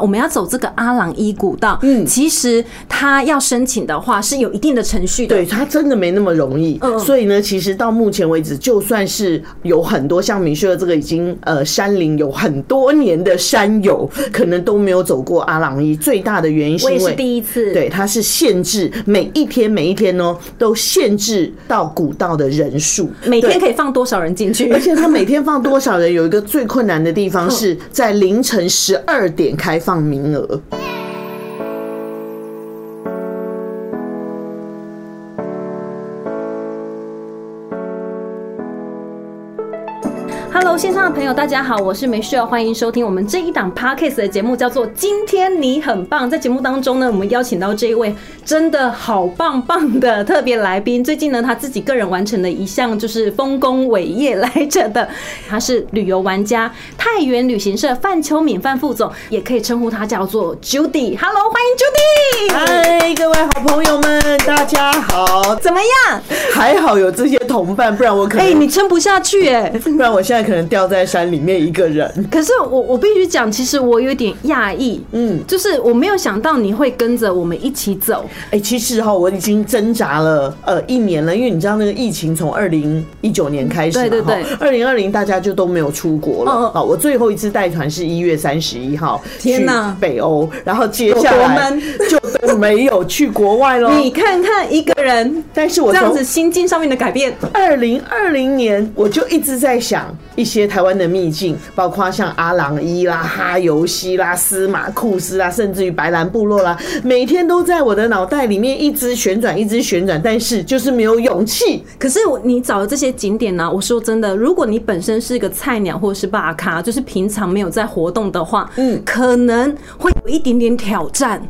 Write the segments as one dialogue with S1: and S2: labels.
S1: 我们要走这个阿朗伊古道，
S2: 嗯
S1: 其实它要申请的话是有一定的程序的，
S2: 对，它真的没那么容易，
S1: 嗯
S2: 所以呢，其实到目前为止，就算是有很多像米歇尔这个已经呃山林有很多年的山友，可能都没有走过阿朗伊。最大的原因是
S1: 我也
S2: 因
S1: 是
S2: 为
S1: 第一次，
S2: 对，它是限制每一天每一天哦，都限制到古道的人数，
S1: 每天
S2: 对
S1: 可以放多少人进 去
S2: 而？且他每天放多少人，有一个最困难的地方是在凌晨十二点开放名额。
S1: Hello，线上的朋友，大家好，我是梅秀，欢迎收听我们这一档 Podcast 的节目，叫做《今天你很棒》。在节目当中呢，我们邀请到这一位真的好棒棒的特别来宾。最近呢，他自己个人完成了一项就是丰功伟业来着的， 他是旅游玩家太原旅行社范秋敏范副总，也可以称呼他叫做 Judy。Hello，欢迎 Judy。
S2: 嗨，各位好朋友们，大家好！
S1: 怎么样？
S2: 还好有这些同伴，不然我可
S1: 哎、
S2: 能，
S1: 你撑不下去哎、
S2: 不然我现在可能掉在山里面一个人。
S1: 可是我我必须讲，其实我有点讶异，
S2: 嗯，
S1: 就是我没有想到你会跟着我们一起走，
S2: 哎、其实哈，我已经挣扎了呃一年了，因为你知道那个疫情从二零一九年开始嘛，
S1: 对对对
S2: 二零二零大家就都没有出国了。
S1: 嗯嗯
S2: 好，我最后一次带团是一月三十一号
S1: 天
S2: 去
S1: 哪
S2: 北欧，然后接
S1: 有
S2: 下
S1: 多
S2: 来
S1: 闷
S2: 就都没有去国外 喽。
S1: 你看看一个人
S2: 但哦是我
S1: 这样
S2: 从
S1: 子心境上面的改变，
S2: 二零二零年，我就一直在想一些台湾的秘境，包括像阿朗伊啦、哈尤西啦、司马库斯啦，甚至于白兰部落啦，每天都在我的脑袋里面一直旋转，一直旋转，但是就是没有勇气。
S1: 可是我你找的这些景点呢、我说真的，如果你本身是一个菜鸟或者是霸咖，就是平常没有在活动的话，嗯
S2: 嗯，
S1: 可能会有一点点挑战。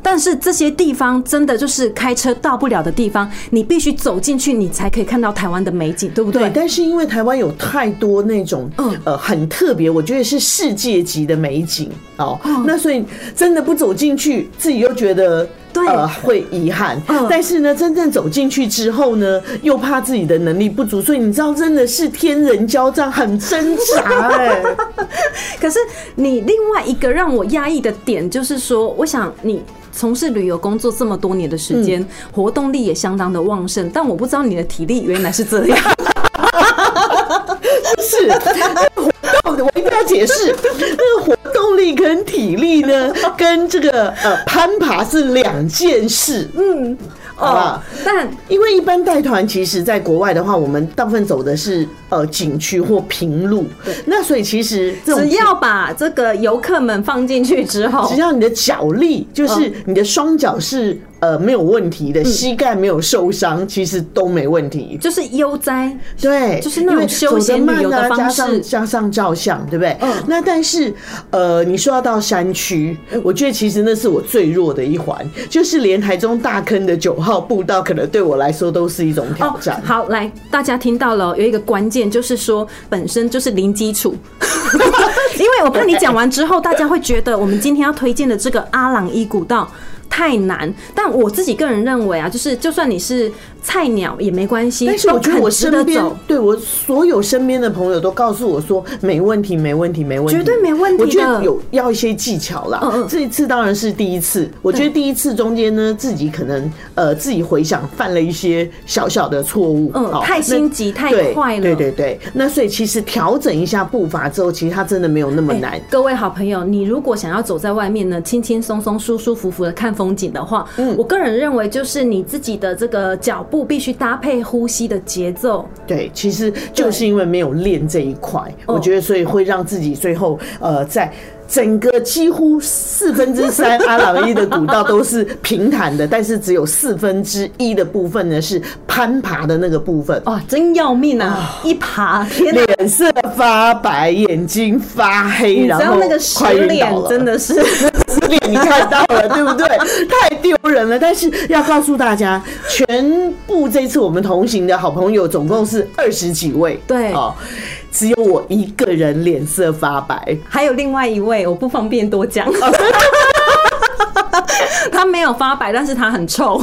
S1: 但是这些地方真的就是开车到不了的地方，你必须走进去，你才可以看到台湾的美景，对不对？
S2: 对，但是因为台湾有太多那种
S1: 嗯
S2: 呃很特别，我觉得是世界级的美景哦，
S1: 嗯
S2: 那所以真的不走进去，自己又觉得。
S1: 对
S2: 呃，会遗憾
S1: 嗯，
S2: 但是呢，真正走进去之后呢，又怕自己的能力不足，所以你知道，真的是天人交战，很挣扎哎、
S1: 可是你另外一个让我压抑的点就是说，我想你从事旅游工作这么多年的时间，
S2: 嗯
S1: 活动力也相当的旺盛，但我不知道你的体力原来是这样。
S2: 是，活动我一定要解释，那个活动力跟体力呢，跟这个呃攀爬是两件事。
S1: 嗯
S2: 好吧，
S1: 哦但
S2: 因为一般带团，其实在国外的话，我们大部分走的是呃景区或平路，那所以其实这种
S1: 只要把这个游客们放进去之后
S2: 只，要你的脚力，就是你的双脚是呃没有问题
S1: 嗯
S2: 的，膝盖没有受伤，其实都没问题。
S1: 就是悠哉。
S2: 对，
S1: 就是那种
S2: 因为
S1: 休闲旅游的
S2: 走得慢
S1: 方
S2: 啊
S1: 式
S2: 加上加上照相，对不对？
S1: 嗯
S2: 那但是，呃，你说要到山区，我觉得其实那是我最弱的一环，就是连台中大坑的九号步道，可能对我来说都是一种挑战。
S1: 哦好，来，大家听到了，有一个关键就是说，本身就是零基础。 因为我怕你讲完之后，大家会觉得我们今天要推荐的这个阿朗伊古道太难。但我自己个人认为啊，就是就算你是菜鸟也没关系，
S2: 但是我觉得
S1: 都
S2: 我
S1: 很值得
S2: 身边
S1: 走。
S2: 对我所有身边的朋友都告诉我说没问题，没问题，没问题，
S1: 绝对没问题的
S2: 我觉得有要一些技巧啦。
S1: 嗯嗯
S2: 这一次当然是第一次，我觉得第一次中间呢，自己可能呃自己回想犯了一些小小的错误，
S1: 嗯
S2: 哦
S1: 太
S2: 那
S1: 心急太
S2: 对
S1: 快了
S2: 对对对，那所以其实调整一下步伐之后，其实它真的没有那么
S1: 哎
S2: 难。
S1: 各位好朋友，你如果想要走在外面呢，轻轻松松、舒舒服服的看风景的话，
S2: 嗯
S1: 我个人认为就是你自己的这个脚步必须搭配呼吸的节奏。
S2: 对，其实就是因为没有练这一块，
S1: 哦
S2: 我觉得所以会让自己最后呃，在整个几乎四分之三阿朗伊的古道都是平坦的，但是只有四分之一的部分呢是攀爬的那个部分。
S1: 哇，真要命啊！一爬，天哪！
S2: 脸色发白，眼睛发黑，
S1: 你知
S2: 然
S1: 道
S2: 后
S1: 那个失
S2: 快晕
S1: 恋
S2: 倒了
S1: 真的是，
S2: 失恋你看到了，对不对？太丢人了。但是要告诉大家，全部这次我们同行的好朋友总共是二十几位，
S1: 对
S2: 哦，只有我一个人脸色发白。
S1: 还有另外一位我不方便多 讲。他没有发白，但是他很臭。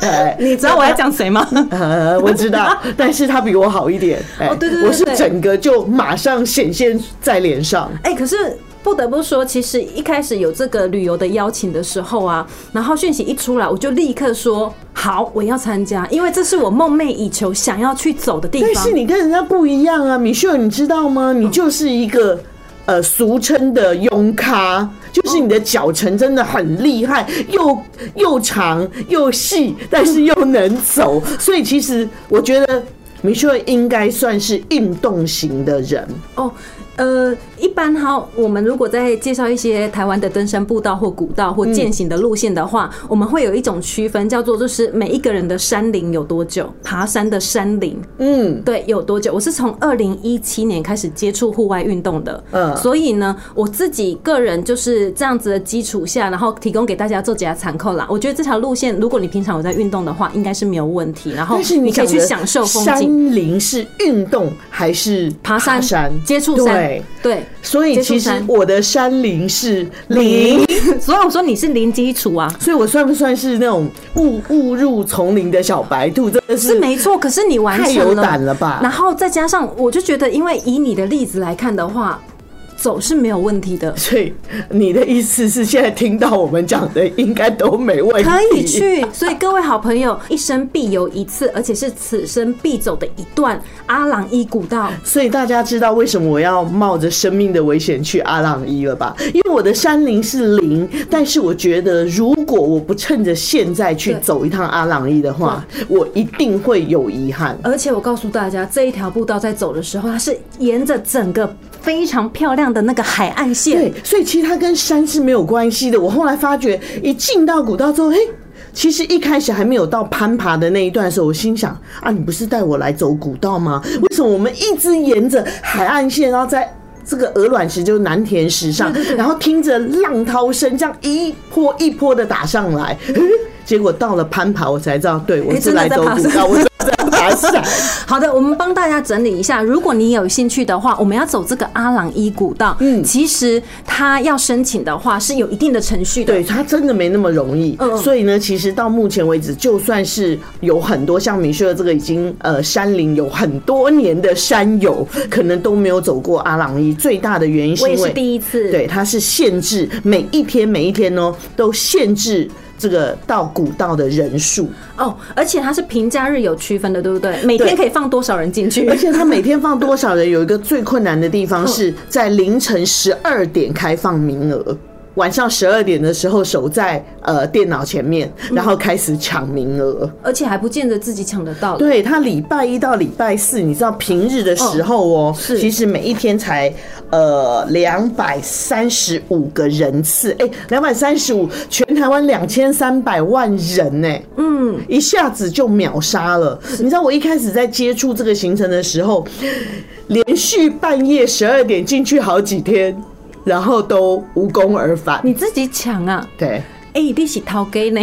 S2: 哎
S1: 你知道我要讲谁吗？
S2: 呃，我知道， 但是他比我好一点。哎
S1: 哦对对对对
S2: 我是整个就马上显现在脸上。
S1: 哎、可是不得不说，其实一开始有这个旅游的邀请的时候啊，然后讯息一出来，我就立刻说好，我要参加，因为这是我梦寐以求想要去走的地
S2: 但
S1: 方
S2: 是。你跟人家不一样啊，米秀，你知道吗？你就是一个。呃，俗称的庸咖，就是你的脚程真的很厉害，又又长又细，但是又能走，所以其实我觉得米秀应该算是运动型的人。
S1: 哦，呃，一般哈，我们如果在介绍一些台湾的登山步道或古道或践行的路线的话，我们会有一种区分，叫做就是每一个人的山龄有多久，爬山的山龄，
S2: 嗯，
S1: 对，有多久？我是从二零一七年开始接触户外运动的，
S2: 嗯
S1: 所以呢，我自己个人就是这样子的基础下，然后提供给大家做几下参考啦。我觉得这条路线，如果你平常有在运动的话，应该是没有问题，然后
S2: 但是你
S1: 哦可以
S2: 讲
S1: 去
S2: 的
S1: 享受风景。
S2: 山林是运动还是
S1: 爬山、
S2: 山
S1: 接触山
S2: 对，，
S1: 对，
S2: 所以
S1: 接触
S2: 其实
S1: 山
S2: 我的山林是零。
S1: 所以我说你是零基础啊，
S2: 所以我算不算是那种误误入丛林的小白兔？真的
S1: 是
S2: 是
S1: 没错，可是你完成
S2: 太有胆了吧
S1: 然后再加上，我就觉得，因为以你的例子来看的话，走是没有问题的，
S2: 所以你的意思是，现在听到我们讲的，应该都没问题，
S1: 可以。 去。所以各位好朋友，一生必游一次，而且是此生必走的一段阿朗伊古道。
S2: 所以大家知道为什么我要冒着生命的危险去阿朗伊了吧？因为我的山林是零，但是我觉得如果我不趁着现在去
S1: 对
S2: 走一趟阿朗伊的话，我一定会有遗憾。
S1: 而且我告诉大家，这一条步道在走的时候，它是沿着整个非常漂亮的那个海岸线。
S2: 对，所以其实它跟山是没有关系的。我后来发觉，一进到古道之后，嘿。其实一开始还没有到攀爬的那一段的时候，我心想啊，你不是带我来走古道吗？为什么我们一直沿着海岸线，然后在这个鹅卵石就是南田石上，然后听着浪涛声这样一波一波的打上来，诶结果到了攀爬，我才知道，对我
S1: 诶哎
S2: 是
S1: 真的
S2: 来
S1: 在
S2: 走
S1: 爬
S2: 古
S1: 山
S2: 道，我是在爬山。
S1: 好的，我们帮大家整理一下。如果你有兴趣的话，我们要走这个阿朗伊古道。嗯，其实它要申请的话是有一定的程序的。
S2: 对，它真的没那么容易。
S1: 嗯嗯
S2: 所以呢，其实到目前为止，就算是有很多像米歇尔这个已经呃山林有很多年的山友，可能都没有走过阿朗伊。最大的原因
S1: 嗯
S2: 是
S1: 我也
S2: 因
S1: 是
S2: 为
S1: 第一次。
S2: 对，它是限制每一天每一天哦，都限制这个到古道的人数。
S1: 哦，而且它是平假日有区分的，对不对？每
S2: 对
S1: 天可以放多少人进去
S2: 而？且他每天放多少人，有一个最困难的地方是在凌晨十二点开放名额。晚上十二点的时候，守在呃电脑前面，然后开始抢名额。
S1: 而且还不见得自己抢得到。
S2: 对，他礼拜一到礼拜四，你知道平日的时候哦，
S1: 嗯是
S2: 其实每一天才呃两百三十五个人次，哎、两百三十五，全台湾两千三百万人呢、嗯，一下子就秒杀了。你知道我一开始在接触这个行程的时候，连续半夜十二点进去好几天，然后都无功而返。
S1: 你自己抢啊！
S2: 对。
S1: 哎、你利息掏给呢？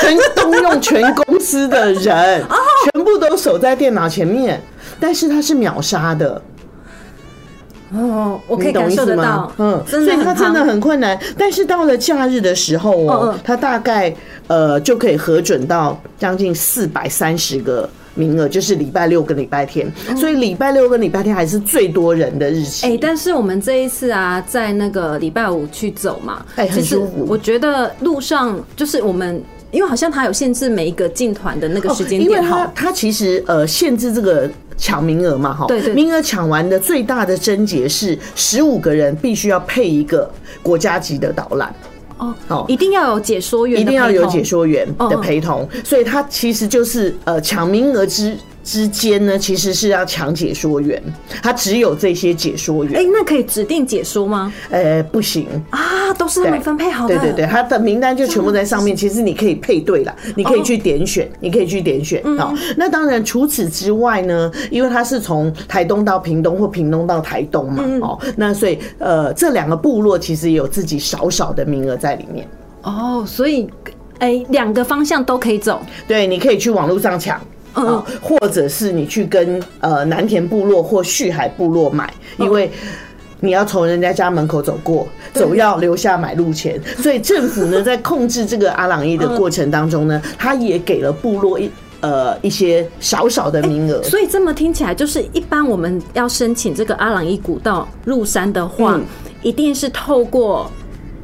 S2: 全动用全公司的人，
S1: 哦
S2: 全部都守在电脑前面，但是他是秒杀的，
S1: 哦，我可
S2: 你
S1: 以
S2: 懂
S1: 感
S2: 意
S1: 受
S2: 思
S1: 得
S2: 吗
S1: 到？，
S2: 嗯，所
S1: 真的
S2: 以
S1: 很
S2: 他真的
S1: 夯
S2: 很困难。但是到了假日的时候
S1: 嗯
S2: 哦
S1: 嗯，
S2: 他大概呃就可以核准到将近四百三十个。名额就是礼拜六跟礼拜天，
S1: 哦
S2: 所以礼拜六跟礼拜天还是最多人的日期。
S1: 哎、但是我们这一次啊，在那个礼拜五去走嘛，
S2: 哎很
S1: 其实
S2: 舒服
S1: 我觉得路上就是我们，因为好像它有限制每一个进团的那个时间
S2: 哦因为
S1: 点
S2: 它
S1: 哈。
S2: 它其实呃限制这个抢名额嘛，哈，
S1: 对对
S2: 名额抢完的最大的症结是十五个人必须要配一个国家级的导览，
S1: 哦，
S2: 哦
S1: 一定要有解说员，
S2: 一定要有解。说员
S1: 哦
S2: 的
S1: 哦
S2: 陪同，所以它其实就是呃抢名额之之间呢，其实是要抢解说员，它只有这些解说
S1: 哎、
S2: 员，
S1: 那可以指定解说吗？
S2: 呃不行，
S1: 啊，都是他们
S2: 对
S1: 分配好的。
S2: 对对对，它的名单就全部在上面。其实你可以配对啦，你
S1: 哦
S2: 可以去点选，你可以去点选
S1: 嗯
S2: 好，那当然，除此之外呢，因为它是从台东到屏东或屏东到台东嘛，
S1: 嗯
S2: 哦，那所以呃，这两个部落其实也有自己少少的名额在里面。
S1: 哦，所以，哎、两个方向都可以走。
S2: 对，你可以去网络上抢。
S1: 嗯
S2: 啊，或者是你去跟呃南田部落或旭海部落买，
S1: 嗯
S2: 因为你要从人家家门口走过，走要留下买路钱，
S1: 嗯
S2: 所以政府呢在控制这个阿朗伊的过程当中呢，他也给了部落一。呃一些少少的名额。
S1: 哎所以这么听起来，就是一般我们要申请这个阿朗伊古道入山的话，
S2: 嗯
S1: 一定是透过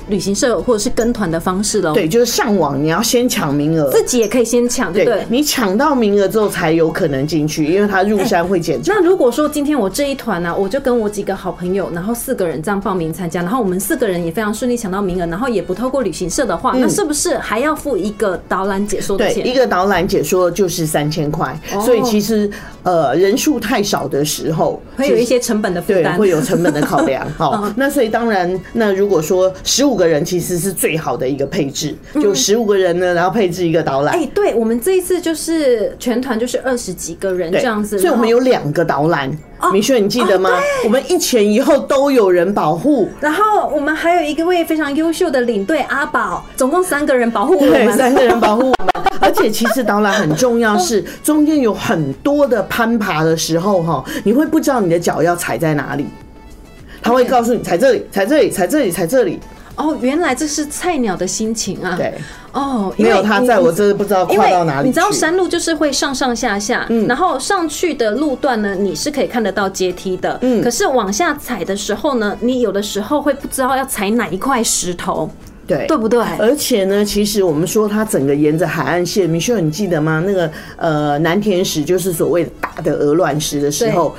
S1: 旅行社或者是跟团的方式喽。
S2: 对，就是上网你要先抢名额，
S1: 自己也可以先抢，对不对
S2: 对？你抢到名额之后才有可能进去，因为它入山会检查。
S1: 那如果说今天我这一团呢、啊我就跟我几个好朋友，然后四个人这样报名参加，然后我们四个人也非常顺利抢到名额，然后也不透过旅行社的话，那是不是还要付一个导览解说的
S2: 嗯对，
S1: 钱？
S2: 一个导览解说就是三千块
S1: 哦，
S2: 所以其实呃人数太少的时候，
S1: 会有一些成本的负
S2: 对
S1: 担，嗯
S2: 会有成本的考量。好，那所以当然，那如果说十五个人其实是最好的一个配置，就十五个人呢，然后配置一个导
S1: 嗯
S2: 览
S1: 哎、。对我们这一次就是全团就是二十几个人这
S2: 对
S1: 样子，
S2: 所以我们
S1: 然后
S2: 有两个导览
S1: 哦，
S2: 米雪你记得吗？我们一前一后都有人保护，
S1: 然后我们还有一位非常优秀的领队阿宝，总共三个人保护我
S2: 对，
S1: 们。
S2: 三 个人保护我们。而且其实导览很重要，是中间有很多的攀爬的时候哈，你会不知道你的脚要踩在哪里，他会告诉你踩这里，踩这里，踩这里，踩这里。
S1: 哦，原来这是菜鸟的心情啊！
S2: 对，
S1: 哦，因
S2: 没
S1: 为
S2: 有他
S1: 你
S2: 在我真的不知道
S1: 因
S2: 跨
S1: 为
S2: 到哪里去。嗯
S1: 你知道山路就是会上上下下，然后上去的路段呢，你是可以看得到阶梯的，
S2: 嗯
S1: 可是往下踩的时候呢，你有的时候会不知道要踩哪一块石头，
S2: 对呃
S1: 对不对？
S2: 而且呢，其实我们说它整个沿着海岸线，米秀，你记得吗？那个呃南田石就是所谓大的鹅卵石的时候，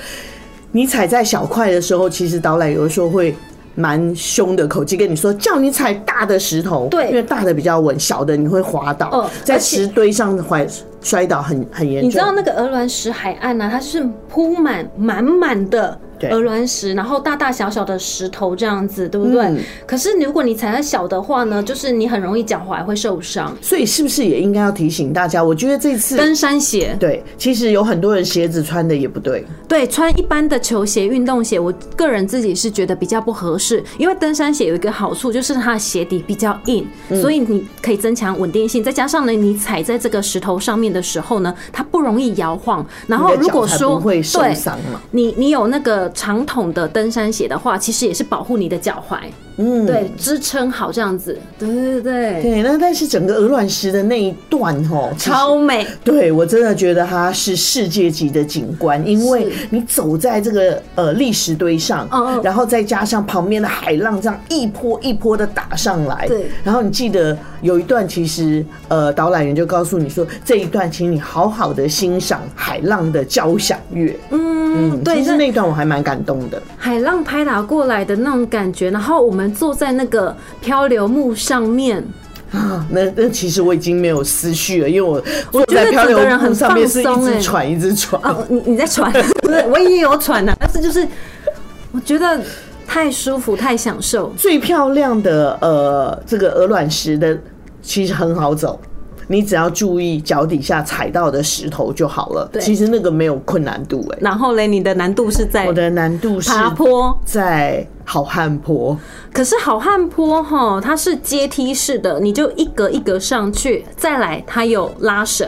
S2: 你踩在小块的时候，其实导览有的时候会。蛮凶的口气跟你说，叫你踩大的石头，
S1: 对
S2: 因为大的比较稳，小的你会滑倒，
S1: 哦
S2: 在
S1: 而且
S2: 石堆上摔摔倒很很严重。
S1: 你知道那个鹅卵石海岸啊呢、它是铺满满满的
S2: 对
S1: 鹅卵石，然后大大小小的石头这样子，对不对？
S2: 嗯
S1: 可是如果你踩在小的话呢，就是你很容易脚踝会受伤，
S2: 所以是不是也应该要提醒大家？我觉得这次
S1: 登山鞋。
S2: 对，其实有很多人鞋子穿的也不对，
S1: 对，穿一般的球鞋、运动鞋，我个人自己是觉得比较不合适，因为登山鞋有一个好处就是它的鞋底比较硬，
S2: 嗯
S1: 所以你可以增强稳定性。再加上呢，你踩在这个石头上面的时候呢，它不容易摇晃。然后
S2: 你的
S1: 如
S2: 脚
S1: 果
S2: 才
S1: 说
S2: 不会受
S1: 对
S2: 伤嘛，
S1: 你你有那个长筒的登山鞋的话，其实也是保护你的脚踝，
S2: 嗯，
S1: 对，支撑好这样子。对对对对，
S2: 对，那但是整个鹅卵石的那一段哦，其实
S1: 超美。
S2: 对我真的觉得它是世界级的景观，因为
S1: 是
S2: 你走在这个呃砾石堆上
S1: 嗯嗯，
S2: 然后再加上旁边的海浪这样一波一波的打上来，
S1: 对
S2: 然后你记得有一段，其实呃导览员就告诉你说，这一段请你好好的欣赏海浪的交响乐。
S1: 嗯，对，
S2: 其
S1: 那
S2: 实那段我还蛮感动的。
S1: 海浪拍打过来的那种感觉，然后我们坐在那个漂流木上面，
S2: 啊那那其实我已经没有思绪了，因为我我
S1: 嗯觉得
S2: 在漂
S1: 整
S2: 流
S1: 个人很
S2: 木上面是一
S1: 放松欸
S2: 直喘一直喘。
S1: 哦，你你在喘，不是 我也有喘啊，但是就是我觉得太舒服，太享受。
S2: 最漂亮的呃，这个鹅卵石的其实很好走，你只要注意脚底下踩到的石头就好了。
S1: 对
S2: 其实那个没有困难度哎、
S1: 然后嘞，你的难度是在
S2: 我的难度是
S1: 爬坡，
S2: 在好汉坡，
S1: 可是好汉坡哈，它是阶梯式的，你就一格一格上去，再来它有拉绳。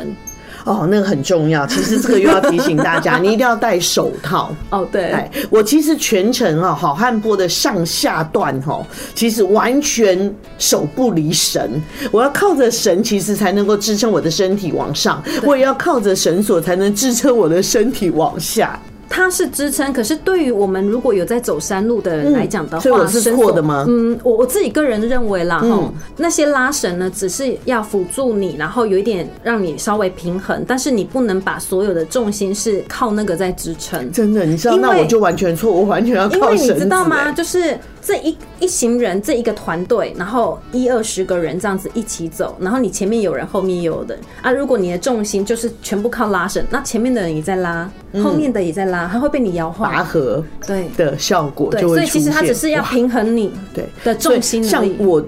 S2: 哦，那个很重要。其实这个又要提醒 大家，你一定要戴手套。
S1: 哦，对
S2: 哎，，我其实全程啊、好汉坡的上下段哈、其实完全手不离绳，我要靠着绳，其实才能够支撑我的身体往上，我也要靠着绳索才能支撑我的身体往下。
S1: 它是支撑，可是对于我们如果有在走山路的人来讲的话，
S2: 嗯所以我是
S1: 绳索
S2: 错的吗嗯
S1: 嗯，我我自己个人认为啦，哈、那些拉绳呢，只是要辅助你，然后有一点让你稍微平衡，但是你不能把所有的重心是靠那个在支撑。
S2: 真的，你知道，
S1: 因为
S2: 那我就完全错，我完全要
S1: 因
S2: 靠
S1: 为
S2: 绳
S1: 你
S2: 子、
S1: 知道吗？
S2: 哎？
S1: 就是这一一行人，这一个团队，然后一二十个人这样子一起走，然后你前面有人，后面也有人啊。如果你的重心就是全部靠拉绳，那前面的人也在拉，后面的也在拉，它会被你摇
S2: 嗯拔
S1: 晃。
S2: 河
S1: 对
S2: 的效果
S1: 对，
S2: 就会
S1: 所
S2: 出
S1: 以
S2: 现。
S1: 其实它只是要
S2: 哇
S1: 平衡你
S2: 对
S1: 的重心
S2: 所
S1: 而
S2: 以
S1: 已。
S2: 像我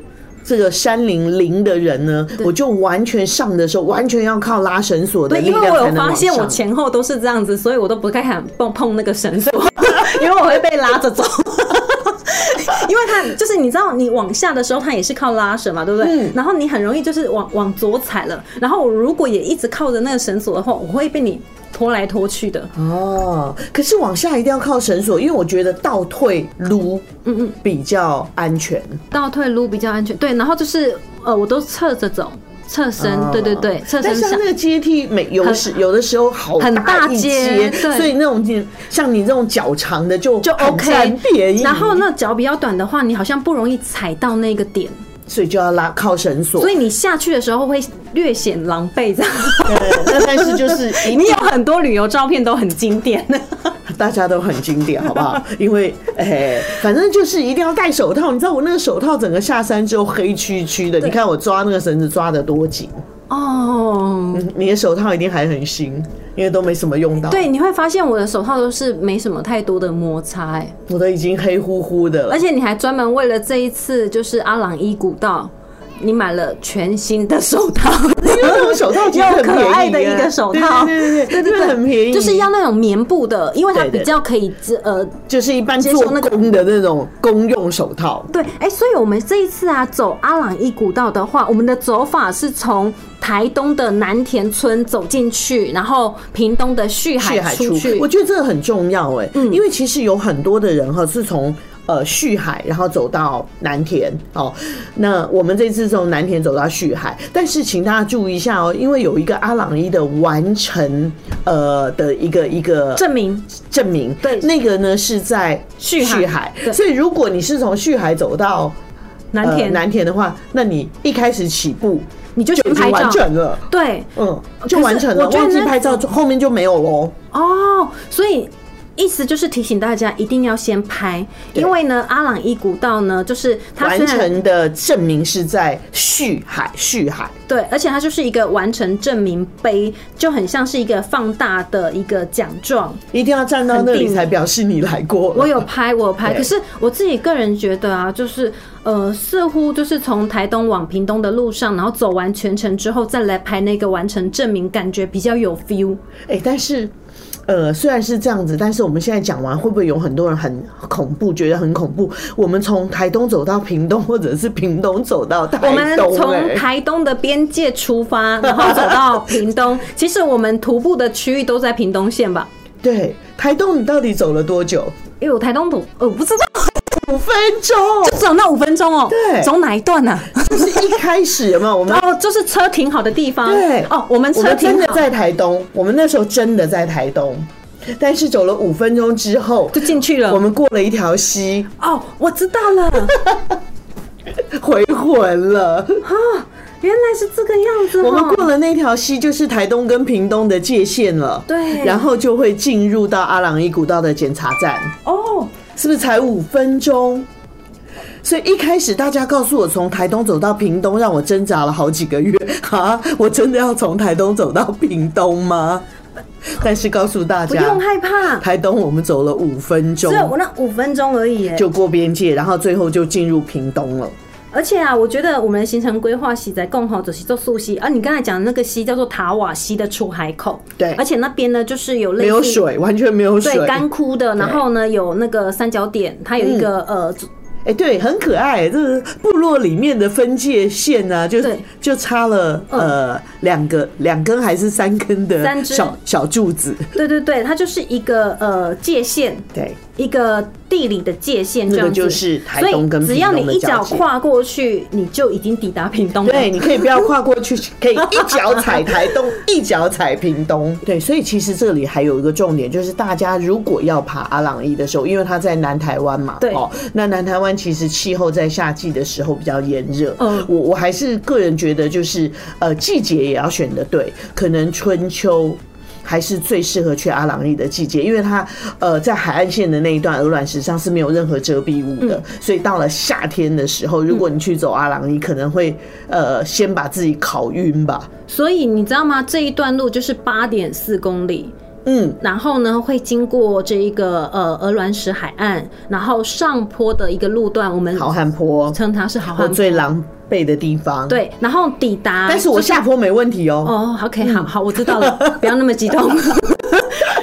S2: 这个山林零的人呢，我就完全上的时候，完全要靠拉绳索的
S1: 对，
S2: 力
S1: 因为
S2: 量
S1: 我
S2: 才
S1: 有
S2: 能
S1: 发
S2: 往
S1: 现我
S2: 上。
S1: 前后都是这样子，所以我都不太敢碰碰那个绳 索，因为我会被拉着走。因为它就是你知道，你往下的时候它也是靠拉绳嘛，对不对？
S2: 嗯
S1: 然后你很容易就是往往左踩了，然后我如果也一直靠着那个绳索的话，我会被你拖来拖去的。
S2: 哦，可是往下一定要靠绳索，因为我觉得倒退撸，嗯嗯，比较安全。
S1: 倒退路比较安全，对。然后就是呃，我都侧着走，侧身
S2: 哦，
S1: 对对对，侧身
S2: 但像
S1: 上
S2: 那。个阶梯，每有时有的时候好
S1: 很大
S2: 一
S1: 阶对
S2: 所以那种你像你这种脚长的就
S1: 就
S2: 很
S1: OK，
S2: 占便宜，
S1: 然后那脚比较短的话，你好像不容易踩到那个点，
S2: 所以就要拉靠绳索。
S1: 所以你下去的时候会略显狼狈这样。
S2: 对 那但是就是一 定
S1: 你有很多旅游照片都很经典，
S2: 大家都很经典，好 不好？因为哎、反正就是一定要戴手套。你知道我那个手套整个下山之后黑黢黢的，你看我抓那个绳子抓得多紧，
S1: 哦。
S2: 你的手套一定还很新，因为都没什么用到。，
S1: 对，你会发现我的手套都是没什么太多的摩擦、哎，
S2: 我都已经黑乎乎的
S1: 而
S2: 了。
S1: 且你还专门为了这一次就是阿朗伊古道，你买了全新的手套，
S2: 因为那种手套其实很便宜、啊，
S1: 又可爱的一个手套
S2: 对对对对，因为很便宜，
S1: 就是要那种棉布的，因为它
S2: 对对
S1: 比较可以遮呃
S2: 就是一般
S1: 接
S2: 做
S1: 受那个
S2: 工的那种公用手套。
S1: 对，哎、所以我们这一次啊，走阿朗伊古道的话，我们的走法是从台东的南田村走进去，然后屏东的旭
S2: 旭海
S1: 海
S2: 出
S1: 出去。嗯
S2: 我觉得这个很重要哎、因为其实有很多的人哈是从。呃，旭海，然后走到南田哦。那我们这次从南田走到旭海，但是请大家注意一下哦，因为有一个阿朗伊的完成呃的一个一个
S1: 证明
S2: 证明，
S1: 对
S2: 那个呢是在
S1: 旭海对
S2: 所以如果你是从旭海走到
S1: 南田，
S2: 呃南田的话，那你一开始起步
S1: 你就
S2: 就
S1: 全
S2: 已经
S1: 拍照
S2: 完。成了，
S1: 对，
S2: 嗯，
S1: 可
S2: 就
S1: 是
S2: 完成了，
S1: 我觉得
S2: 忘记
S1: 那
S2: 拍照后面就没有喽。
S1: 哦，所以。意思就是提醒大家一定要先拍，
S2: 对
S1: 因为呢，阿朗伊古道呢，就是它虽
S2: 完
S1: 然
S2: 成的证明是在旭海，旭海
S1: 对，而且它就是一个完成证明碑，就很像是一个放大的一个奖状。
S2: 一定要站到那
S1: 很
S2: 里
S1: 定
S2: 才表示你来过。
S1: 我有拍，我有拍，
S2: 对
S1: 可是我自己个人觉得啊，就是呃，似乎就是从台东往屏东的路上，然后走完全程之后，再来拍那个完成证明，感觉比较有 feel。
S2: 哎、但是。呃，虽然是这样子，但是我们现在讲完，会不会有很多人很恐怖，觉得很恐怖？我们从台东走到屏东，或者是屏东走到台
S1: 我们
S2: 东、
S1: 从
S2: 哎
S1: 台东的边界出发，然后走到屏 东，其实我们徒步的区域都在屏东县吧？
S2: 对台东，你到底走了多久？
S1: 因为我台东徒，呃，我不知道，
S2: 五分钟，
S1: 只有那五分钟哦、
S2: 对
S1: 走哪一段呢、啊？
S2: 就是一开始有没有？我们
S1: 然后就是车停好的地方，
S2: 对，
S1: 哦，我们车
S2: 我们真
S1: 停
S2: 的
S1: 好
S2: 在台东，我们那时候真的在台东，但是走了五分钟之后
S1: 就进去了。
S2: 我们过了一条溪，
S1: 哦，我知道 了，
S2: 回魂了。
S1: 原来是这个样子、哦。
S2: 我们过了那条溪，就是台东跟屏东的界限了。
S1: 对
S2: 然后就会进入到阿朗伊古道的检查站，
S1: 哦，
S2: 是不是才五分钟？所以一开始大家告诉我从台东走到屏东，让我挣扎了好几个月 啊！我真的要从台东走到屏东吗？但是告诉大
S1: 不
S2: 家，
S1: 用害怕，
S2: 台东我们走了五分钟
S1: 只有我那五分钟而已耶。
S2: 就过边界，然后最后就进入屏东了。
S1: 而且啊，我觉得我们的行程规划是在共和走西做溯溪，而、你刚才讲的那个溪叫做塔瓦溪的出海口，
S2: 对
S1: 而且那边呢就是有类似
S2: 没有水，完全没有水，
S1: 对干枯的，然后呢有那个三角点，它有一个、呃
S2: 哎、对，很可爱，这是部落里面的分界线啊，就
S1: 对
S2: 就插了呃两个两根还是三根的
S1: 三支
S2: 小小柱子，
S1: 对对对，它就是一个呃界限，
S2: 对，
S1: 一个地理的界限这样子。
S2: 那个就是台
S1: 所
S2: 东跟
S1: 以
S2: 屏东的
S1: 只要你一脚
S2: 交界
S1: 跨过去，你就已经抵达屏东了。
S2: 对，你可以不要跨过去，可以一脚踩台东，一脚踩屏东。 对，所以其实这里还有一个重点，就是大家如果要爬阿朗伊的时候，因为它在南台湾嘛，
S1: 对
S2: 哦，那南台湾其实气候在夏季的时候比较炎热，
S1: 嗯
S2: 我我还是个人觉得就是呃季节也要选的对，可能春秋。还是最适合去阿朗伊的季节，因为它呃在海岸线的那一段鹅卵石上是没有任何遮蔽物
S1: 嗯
S2: 的，所以到了夏天的时候，如果你去走阿朗伊，可能会呃先把自己烤晕吧。
S1: 所以你知道吗？这一段路就是八点四公里，
S2: 嗯，
S1: 然后呢，会经过这一个呃鹅卵石海岸，然后上坡的一个路段，我们
S2: 好汉坡，
S1: 称它是好
S2: 我
S1: 汉
S2: 最
S1: 坡。
S2: 狼狈的地方。，
S1: 对，啊然后抵达，
S2: 但是我下坡没问题哦、
S1: 哦，OK，好好，我知 道了，不要那么激动。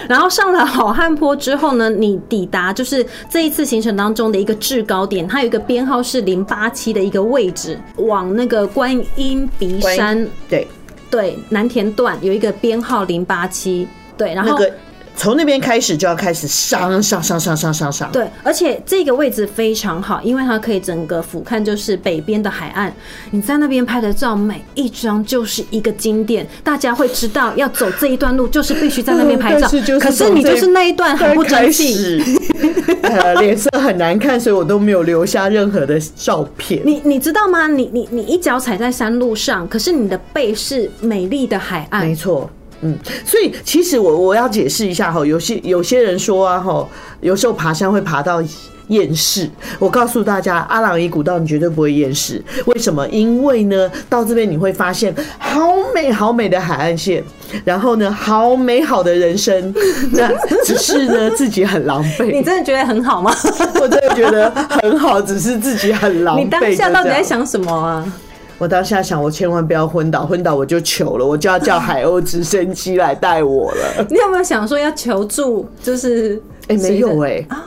S1: 然后上了好汉坡之后呢，你抵达就是这一次行程当中的一个制高点，它有一个编号是零八七的一个位置，往那个观音鼻
S2: 观音
S1: 山
S2: 对，
S1: 对南田段有一个编号零八七，对，然
S2: 那
S1: 后
S2: 个从那边开始就要开始上上上上上上上。
S1: 对，而且这个位置非常好，因为它可以整个俯瞰就是北边的海岸。你在那边拍的照，每一张就是一个经典，大家会知道要走这一段路就是必须在那边拍照
S2: 嗯但是就。是
S1: 可是你
S2: 从这
S1: 就是那一段很不争气，，
S2: 呃，脸色很难看，所以我都没有留下任何的照片。
S1: 你你知道吗？你你你一脚踩在山路上，可是你的背是美丽的海
S2: 没
S1: 岸。
S2: 错。嗯，所以其实我我要解释一下哈，有些有些人说啊哈，有时候爬山会爬到厌世。我告诉大家，阿朗伊古道你绝对不会厌世，为什么？因为呢，到这边你会发现好美好美的海岸线，然后呢，好美好的人生，那只是呢自己很狼
S1: 你
S2: 狈。
S1: 真的觉得很好吗？
S2: 我真的觉得很好，只是自己很狼狈。
S1: 你当下到底在？想什么啊？
S2: 我当下想，我千万不要昏倒，昏倒我就糗了，我就要叫海鸥直升机来带我了。
S1: 你有没有想说要求助？就是
S2: 哎、没有
S1: 哎、
S2: 哎、
S1: 啊，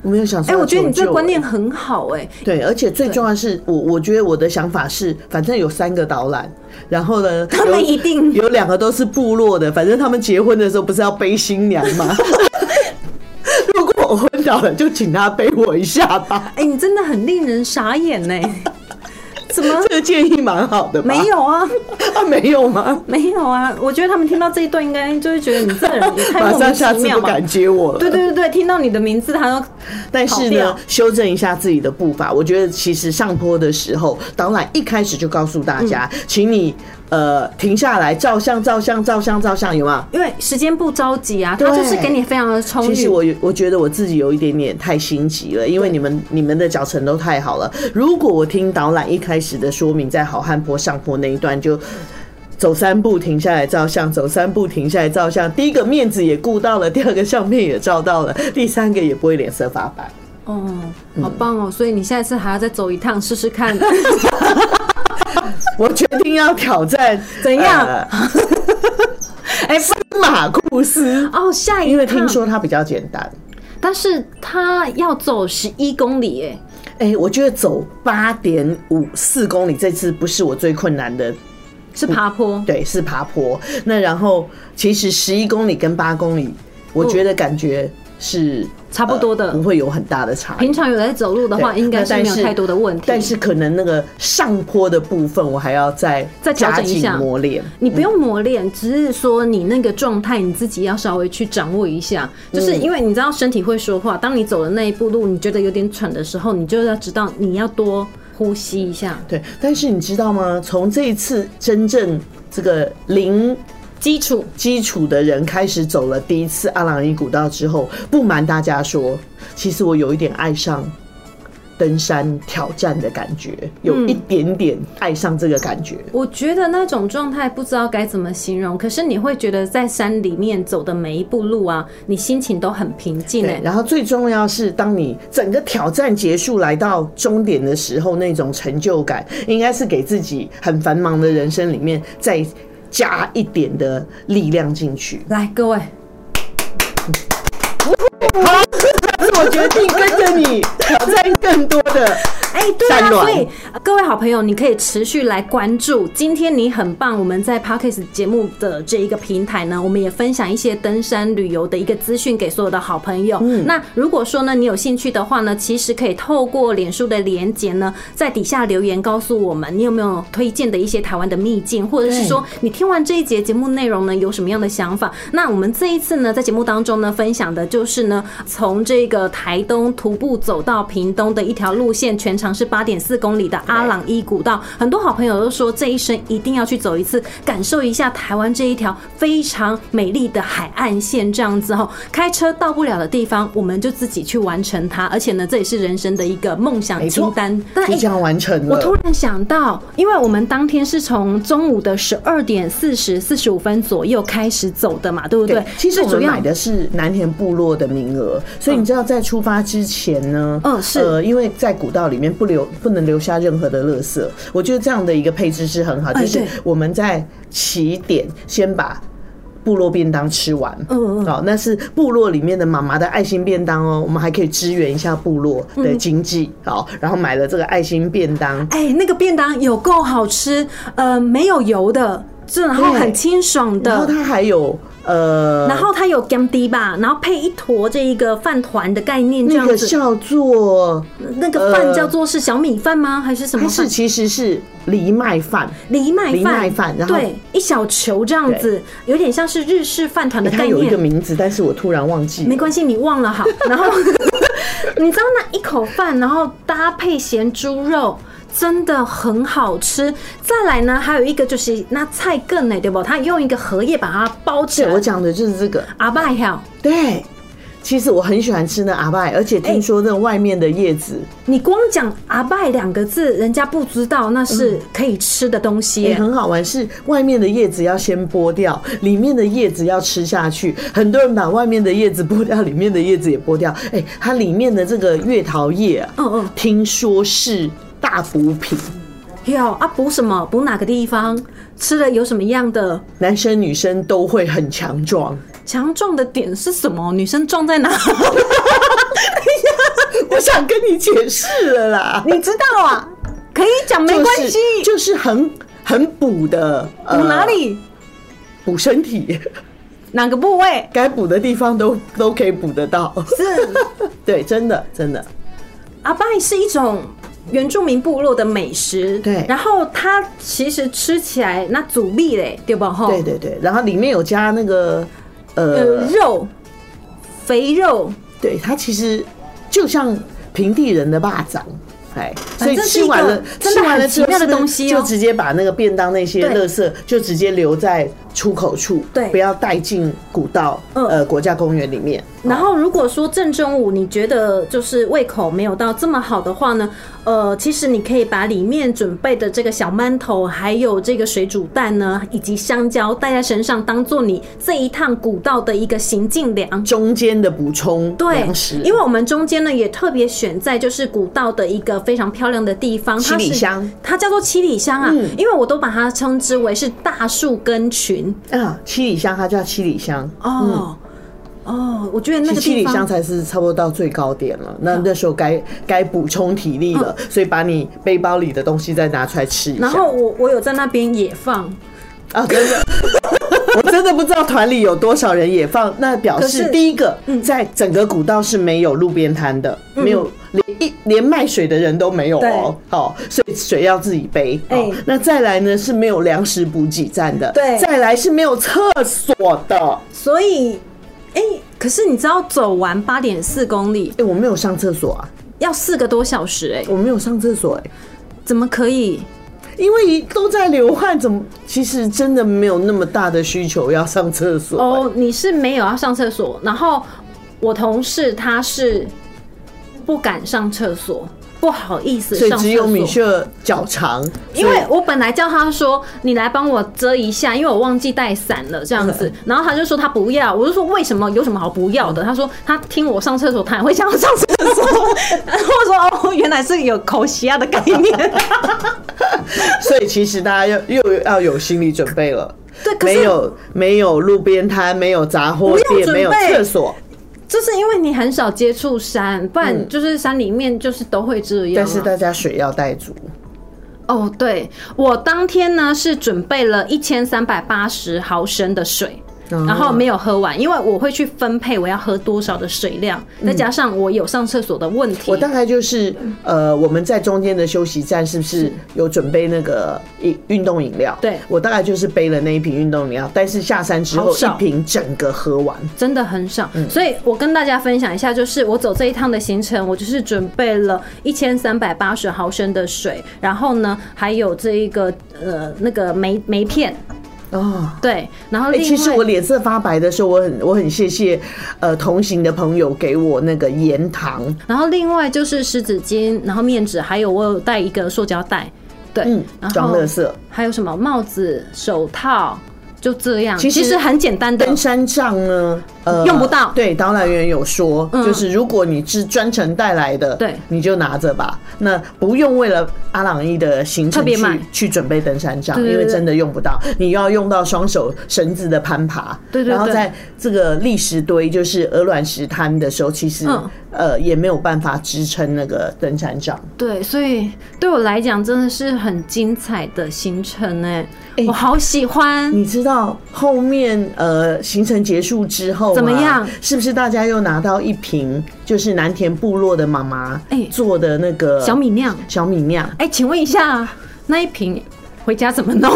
S2: 我没有想说
S1: 哎、
S2: 要
S1: 我觉得你
S2: 求
S1: 这
S2: 救
S1: 个观念
S2: 哎
S1: 很好哎、
S2: 对，而且最重要的是，我我觉得我的想法是，反正有三个导览，然后呢，
S1: 他们
S2: 有
S1: 一定
S2: 有两个都是部落的，反正他们结婚的时候不是要背新娘吗？ 如果我昏倒了，就请他背我一下吧。
S1: 哎、你真的很令人傻眼呢、 怎么
S2: 这个建议蛮好的吧？
S1: 没有啊？
S2: 啊，没有吗？
S1: 没有啊！我觉得他们听到这一段，应该就会觉得你这人也太
S2: 马
S1: 莫名
S2: 上下
S1: 其
S2: 次
S1: 妙
S2: 不
S1: 嘛。
S2: 敢接我了。
S1: 对对对对，听到你的名字，他都
S2: 但是
S1: 跑
S2: 呢
S1: 掉，
S2: 修正一下自己的步伐。我觉得其实上坡的时候，导览一开始就告诉大家，
S1: 嗯
S2: 请你呃停下来照相、照相、照相、照相，有没有？
S1: 因为时间不着急啊，他
S2: 对
S1: 就是给你非常的充
S2: 其实
S1: 裕。
S2: 我有我觉得我自己有一点点太心急了，因为你们你们的脚程都太好了。如果我听导览一开始的说明，在好汉坡上坡那一段就。走三步停下来照相，走三步停下来照相。第一个面子也顾到了，第二个相片也照到了，第三个也不会脸色发白。
S1: 哦，
S2: 嗯
S1: 好棒哦！所以你下一次还要再走一趟试试 看，
S2: 我决定要挑战
S1: 怎样？
S2: 哎，司马库斯，
S1: 哦，下一趟。
S2: 因为听，说它比较简单。
S1: 但是他要走十一公里耶，
S2: 哎，我觉得走八点五四公里这次不是我最困难的，
S1: 是爬坡。
S2: 对，是爬坡。那然后其实十一公里跟八公里，我觉得感觉是
S1: 差不多的
S2: 呃不会有很大的差异
S1: 平。常有在走路的话，
S2: 对
S1: 应该
S2: 那
S1: 是
S2: 但
S1: 没有太多的问题。
S2: 但是可能那个上坡的部分，我还要再
S1: 再调整一
S2: 加紧
S1: 下
S2: 磨练。
S1: 你不用磨练，只是说你那个状态你自己要稍微去掌握一下，就是因为你知道身体会说话。当你走的那一步路，你觉得有点喘的时候，你就要知道你要多呼吸一下，
S2: 对，但是你知道吗？从这一次真正这个零
S1: 基础
S2: 基础的人开始走了第一次阿朗伊古道之后，不瞒大家说，其实我有一点爱上登山挑战的感觉，有一点点爱上这个感觉。
S1: 我觉得那种状态不知道该怎么形容，可是你会觉得在山里面走的每一步路啊，你心情都很平静哎、
S2: 对，然后最重要是，当你整个挑战结束来到终点的时候，那种成就感，应该是给自己很繁忙的人生里面再加一点的力量进去。
S1: 来，各位，
S2: 所以我决定跟着你挑战更多 的。
S1: 哎、对啊，
S2: 战乱
S1: 所以呃各位好朋友，你可以持续来关注。今天你很棒，我们在 Parkes 节目的这一个平台呢，我们也分享一些登山旅游的一个资讯给所有的好朋友。那如果说呢，你有兴趣的话呢，其实可以透过脸书的连接呢，在底下留言告诉我们，你有没有推荐的一些台湾的秘境，或者是说
S2: 嗯
S1: 你听完这一节节目内容呢，有什么样的想法？那我们这一次呢，在节目当中呢，分享的就是呢，从这个台东徒步走到屏东的一条路线，全长是八点四公里的阿朗伊古道。很多好朋友都说，这一生一定要去走一次，感受一下台湾这一条非常美丽的海岸线。这样子后，开车到不了的地方，我们就自己去完成它。而且呢，这也是人生的一个梦想
S2: 没错
S1: 清单。但
S2: 就
S1: 哎
S2: 这样完成了。
S1: 我突然想到，因为我们当天是从中午的十二点四十四十五分左右开始走的嘛，对不对？
S2: 其实
S1: 最
S2: 我们
S1: 主要
S2: 买的是南田部落的名额，所以你知道在出发之前呢，
S1: 嗯是
S2: 呃，因为在古道里面不留不能留下任何的垃圾，我觉得这样的一个配置是很好，
S1: 哎
S2: 就是
S1: 对
S2: 我们在起点先把。部落便当吃完，
S1: 嗯嗯
S2: 好、那是部落里面的妈妈的爱心便当哦，我们还可以支援一下部落的
S1: 嗯
S2: 经济，好、然后买了这个爱心便当，
S1: 哎、那个便当有够好吃，呃，没有油的，这然后
S2: 对
S1: 很清爽
S2: 然后
S1: 的，
S2: 它还有呃，
S1: 然后它有 g a m d 吧，然后配一坨这一个饭团的概念，这
S2: 那
S1: 样
S2: 个
S1: 子。
S2: 叫做
S1: 那个饭
S2: 呃
S1: 叫做是小米饭吗？还是什么
S2: 它
S1: 饭
S2: 是？其实是藜麦饭，
S1: 藜麦
S2: 藜麦
S1: 饭
S2: 饭，然后
S1: 对，一小球这样子，有点像是日式饭团的
S2: 哎它
S1: 概
S2: 有一
S1: 念
S2: 个。名字，但是我突然忘记了
S1: 没。关系，你忘 了好。然后 你知道那一口饭，然后搭配咸猪肉。真的很好吃。再来呢，还有一个就是那菜更呢，对不？它用一个荷叶把它包起
S2: 对，
S1: 来
S2: 我。讲的就是这个。
S1: 阿爸呀，
S2: 对，其实我很喜欢吃那阿拜，而且
S1: 哎
S2: 听说那外面的叶子
S1: 你光讲阿拜两个字，人家不知道那是可以吃的东西
S2: 也、
S1: 耶。
S2: 很好玩，是外面的叶子要先剥掉，里面的叶子要吃下去。很多人把外面的叶子剥掉，里面的叶子也剥掉。哎，它里面的这个月桃叶、啊，
S1: 嗯嗯
S2: 听说是大补品，
S1: 哟啊，补什么？补哪个地方？吃了有什么样的
S2: 男生女生都会很强壮。
S1: 强壮的点是什么？女生壮在哪？
S2: 我想跟你解释了啦，
S1: 你知道啊？ 可以讲没关系。
S2: 就是就是很很补的，
S1: 补
S2: 呃
S1: 哪？里？
S2: 补身体，
S1: 哪个部位？
S2: 该补的地方都都可以补得到。
S1: 是
S2: 对，真的真的，
S1: 阿拜是一种原住民部落的美食，
S2: 对
S1: 然后它其实吃起来那阻力嘞，对吧？吼，
S2: 对对对。然后里面有加那个
S1: 呃，
S2: 呃，
S1: 肉，肥肉，
S2: 对，它其实就像平地人的蚂蚱。哎，所以
S1: 正是
S2: 吃
S1: 一个
S2: 完了，
S1: 真
S2: 吃
S1: 的
S2: 完了
S1: 很
S2: 之
S1: 奇
S2: 后
S1: 妙的
S2: 是不是
S1: 东西哦
S2: 就直接把那个便当那些
S1: 对
S2: 垃圾就直接留在出口处，
S1: 对
S2: 不要带进古道，
S1: 嗯
S2: 呃，国家公园里面。
S1: 然后，如果说正中午你觉得就是胃口没有到这么好的话呢，呃，其实你可以把里面准备的这个小馒头，还有这个水煮蛋呢，以及香蕉带在身上，当做你这一趟古道的一个行进粮。
S2: 中间的补充
S1: 对
S2: 粮食，，
S1: 因为我们中间呢也特别选在就是古道的一个非常漂亮的地方，它
S2: 七里
S1: 是
S2: 香，
S1: 它叫做七里香啊，因为我都把它称之为是大树根群
S2: 啊，七里香它叫七里香，
S1: 哦、哦，我觉得那个
S2: 七
S1: 地
S2: 里香
S1: 方嗯
S2: 才是差不多到最高点了。那那时候该该补充体力了，所以把你背包里的东西再拿出来吃一
S1: 然
S2: 下。
S1: 后我我有在那边野放，
S2: 啊，真的。我真的不知道团里有多少人也放，那表
S1: 可
S2: 示
S1: 是嗯
S2: 第一个，在整个古道是没有路边摊的，没有连一连卖水的人都没有哦，好，所以水要自己背。哦
S1: 哎，
S2: 那再来呢是没有粮食补给站的，
S1: 对
S2: 再来是没有厕所的，
S1: 所以哎、可是你知道走完八点四公里
S2: 哎、我没有上厕所啊，
S1: 要四个多小时哎、
S2: 我没有上厕所哎、
S1: 怎么可以？
S2: 因为都在流汗，怎么其实真的没有那么大的需求要上厕所、欸。
S1: 哦，你是没有要上厕所，然后我同事他是不敢上厕所，不好意思
S2: 所以
S1: 上
S2: 只有米
S1: 厕所。
S2: 歇尔脚长，
S1: 因为我本来叫他说你来帮我遮一下，因为我忘记带伞了这样
S2: 嗯
S1: 子，然后他就说他不要，我就说为什么有什么好不要的？他说他听我上厕所，他也会想要上厕所， 然后我说哦，原来是有口习啊的概 念。
S2: 所以其实大家又又要有心理准备了。
S1: 对可是
S2: 没有没有路边摊，没有杂货
S1: 不用
S2: 店，
S1: 准
S2: 没
S1: 备啊
S2: 有厕所，
S1: 就是因为你很少接触山，不然就是山里面就是都会这样啊、
S2: 但嗯是大家水要带足。
S1: 哦，对我当天呢是准备了一千三百八十毫升的水。
S2: 哦
S1: 然后没有喝完，因为我会去分配我要喝多少的水量，再加上我有上厕所的问题。
S2: 嗯我大概就是呃，我们在中间的休息站是不是有准备那个饮运动饮料？
S1: 对
S2: 我大概就是背了那一瓶运动饮料，但是下山之后
S1: 好
S2: 一
S1: 少
S2: 瓶整个喝完。
S1: 真的很少，
S2: 嗯
S1: 所以我跟大家分享一下，就是我走这一趟的行程，我就是准备了一千三百八十毫升的水，然后呢还有这一个呃那个梅梅片，
S2: 哦，
S1: 对，然后
S2: 哎、
S1: 另外、
S2: 其实我脸色发白的时候，我很我很谢谢呃同行的朋友给我那个盐糖，
S1: 然后另外就是湿纸巾，然后面纸，还有我有带一个塑胶袋，对，
S2: 嗯
S1: 然，后
S2: 装乐色。
S1: 还有什么帽子、手套，就这样，
S2: 其
S1: 其
S2: 实
S1: 实很简单的
S2: 登。山杖呢，呃
S1: 用不到
S2: 对，导览员有说，
S1: 嗯
S2: 就是如果你是专程带来的，
S1: 对
S2: 你就拿着吧。那不用为了阿朗伊的行程
S1: 特别
S2: 去
S1: 买
S2: 去准备登山杖，
S1: 对对
S2: 因为
S1: 对
S2: 真的用不到，你要用到双手绳子的攀爬，
S1: 对对
S2: 然后
S1: 对
S2: 在这个砾石堆，就是鹅卵石滩的时候，其实
S1: 嗯
S2: 呃也没有办法支撑那个登山杖。
S1: 对，所以对我来讲真的是很精彩的行程哎、
S2: 哎
S1: 我好喜欢。
S2: 你知道后面呃行程结束之后、啊、
S1: 怎么样？
S2: 是不是大家又拿到一瓶就是南田部落的妈妈
S1: 哎
S2: 做的那个
S1: 小米酿。
S2: 小米啊酿？
S1: 哎、请问一下，那一瓶回家怎么弄？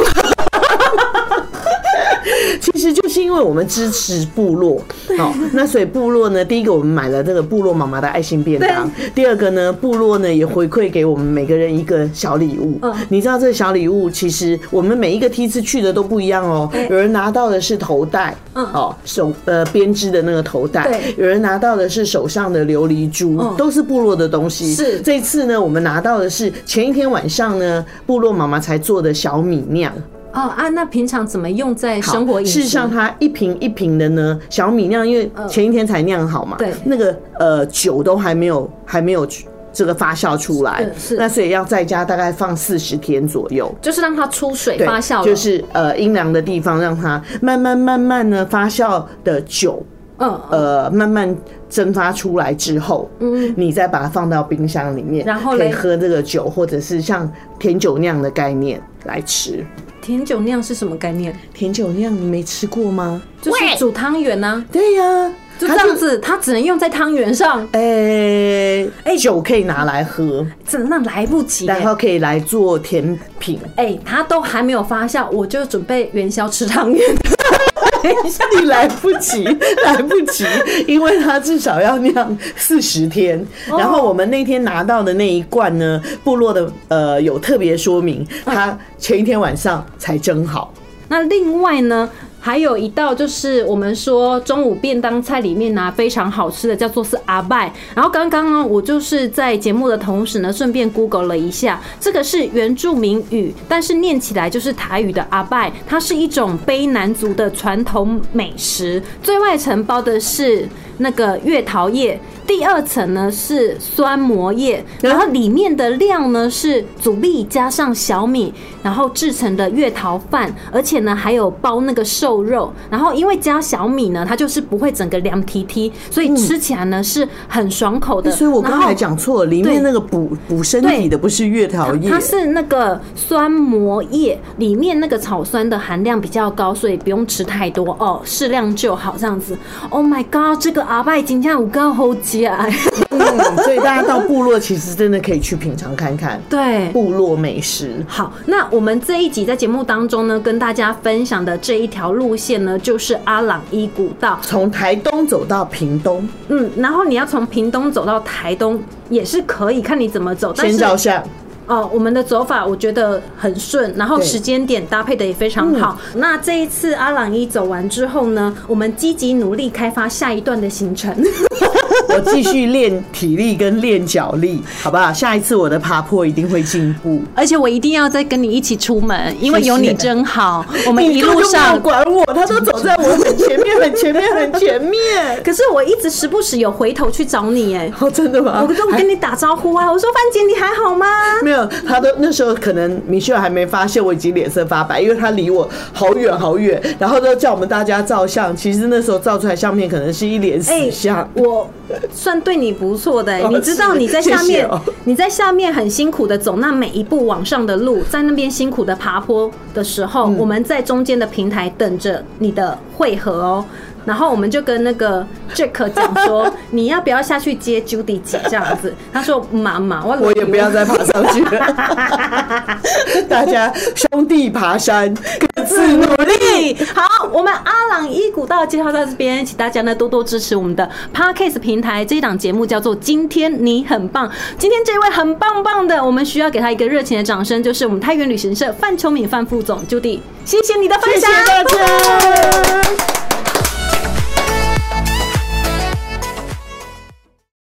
S2: 其实就是因为我们支持部落，哦，那所以部落呢，第一个我们买了这个部落妈妈的爱心便当，第二个呢，部落呢也回馈给我们每个人一个小礼物。
S1: 嗯
S2: 你知道这个小礼物，其实我们每一个梯次去的都不一样哦
S1: 对，
S2: 有人拿到的是头带，
S1: 嗯
S2: 哦，手呃编织的那个头带
S1: 对，
S2: 有人拿到的是手上的琉璃珠
S1: 嗯，
S2: 都是部落的东西。
S1: 是
S2: 这次呢，我们拿到的是前一天晚上呢，部落妈妈才做的小米酿。
S1: 哦啊，那平常怎么用在生活饮食？
S2: 事实上，它一瓶一瓶的呢，小米酿，因为
S1: 嗯
S2: 前一天才酿好嘛，
S1: 对
S2: 那个呃酒都还没有还没有这个发酵出来
S1: 是是，
S2: 那所以要在家大概放四十天左右。
S1: 就是让它出水
S2: 对
S1: 发酵了，
S2: 就是呃阴凉的地方，让它慢慢慢慢呢发酵的酒，
S1: 嗯，嗯
S2: 呃慢慢蒸发出来之后，嗯，你再把它放到冰箱里面，
S1: 然后
S2: 可
S1: 嘞
S2: 以喝这个酒，或者是像甜酒酿的概念来吃。
S1: 甜酒酿是什么概念？
S2: 甜酒酿你没吃过吗？
S1: 就是煮汤圆呐，
S2: 对呀、
S1: 就
S2: 它
S1: 这样子，它只能用在汤圆上，
S2: 诶，呃
S1: 哎
S2: 酒可以拿来喝，
S1: 真那来不及耶。
S2: 然后可以来做甜品。
S1: 哎、它都还没有发酵，我就准备元宵吃汤圆。
S2: 你来不及， 来不及，因为它至少要酿四十天。
S1: 哦
S2: 然后我们那天拿到的那一罐呢，部落的呃有特别说明，它前一天晚上才蒸好。
S1: 那另外呢，还有一道就是我们说中午便当菜里面呢、非常好吃的，叫做是阿拜。然后刚刚呢，我就是在节目的同时呢，顺便 Google 了一下，这个是原住民语，但是念起来就是台语的阿拜，它是一种卑南族的传统美食。最外层包的是那个月桃叶，第二层呢是酸蘑叶，
S2: 嗯
S1: 然后里面的料呢是阻力加上小米，然后制成的月桃饭，而且呢还有包那个瘦肉，然后因为加小米呢，它就是不会整个凉提提，所以吃起来呢是很爽口的。
S2: 嗯所以我刚
S1: 嗯然后
S2: 才讲错了，里面那个补补身体的不是月桃叶
S1: 它，是那个酸膜液里面那个草酸的含量比较高，所以不用吃太多哦，适量就好这样子。Oh my god，这个阿拜今天有够好吃啊！
S2: 嗯所以大家到部落其实真的可以去品尝看看
S1: 对，
S2: 部落美食。
S1: 好，那我们这一集在节目当中呢，跟大家分享的这一条路线呢，就是阿朗伊古道。
S2: 从台东走到屏东，
S1: 嗯，然后你要从屏东走到台东也是可以，看你怎么走。但
S2: 先
S1: 是
S2: 照相。
S1: 哦，我们的走法我觉得很顺，然后
S2: 对
S1: 时间点搭配的也非常好。那这一次阿朗伊走完之后呢，我们积极努力开发下一段的行程。
S2: 我继续练体力跟练脚力，好不好？下一次我的爬坡一定会进步。
S1: 而且我一定要再跟你一起出门，因为有
S2: 谢
S1: 你
S2: 谢
S1: 真好。我们
S2: 你
S1: 一
S2: 根
S1: 路
S2: 本就没有
S1: 上
S2: 管我，他都走在我很前面、很前面、很前面。
S1: 可是我一直时不时有回头去找你，哎，
S2: 哦，真的吗？
S1: 我都跟你打招呼啊，我说范姐你还好吗？
S2: 没有，他都那时候可能米秀还没发现我已经脸色发白，因为他离我好远好远，然后都叫我们大家照相。其实那时候照出来相片可能是一脸死相。
S1: 哎我算对你不错的、欸
S2: 哦
S1: 你知道你在下
S2: 谢谢
S1: 面
S2: 哦，
S1: 你在下面很辛苦的走那每一步往上的路，在那边辛苦的爬坡的时候，
S2: 嗯
S1: 我们在中间的平台等着你的汇合哦。然后我们就跟那个 Jack 讲 说，你要不要下去接 Judy 姐这样子？他说妈妈，我
S2: 我也不要再爬上去 了。大家兄弟爬山，各自努力。
S1: 力。好，我们阿朗伊古道介绍到这边，请大家呢多多支持我们的 Podcast 平台。这一档节目叫做《今天你很棒》，今天这位很棒棒的，我们需要给他一个热情的掌声，就是我们太原旅行社范秋敏范副总 Judy，谢谢你的分
S2: 谢谢
S1: 享，
S2: 大家。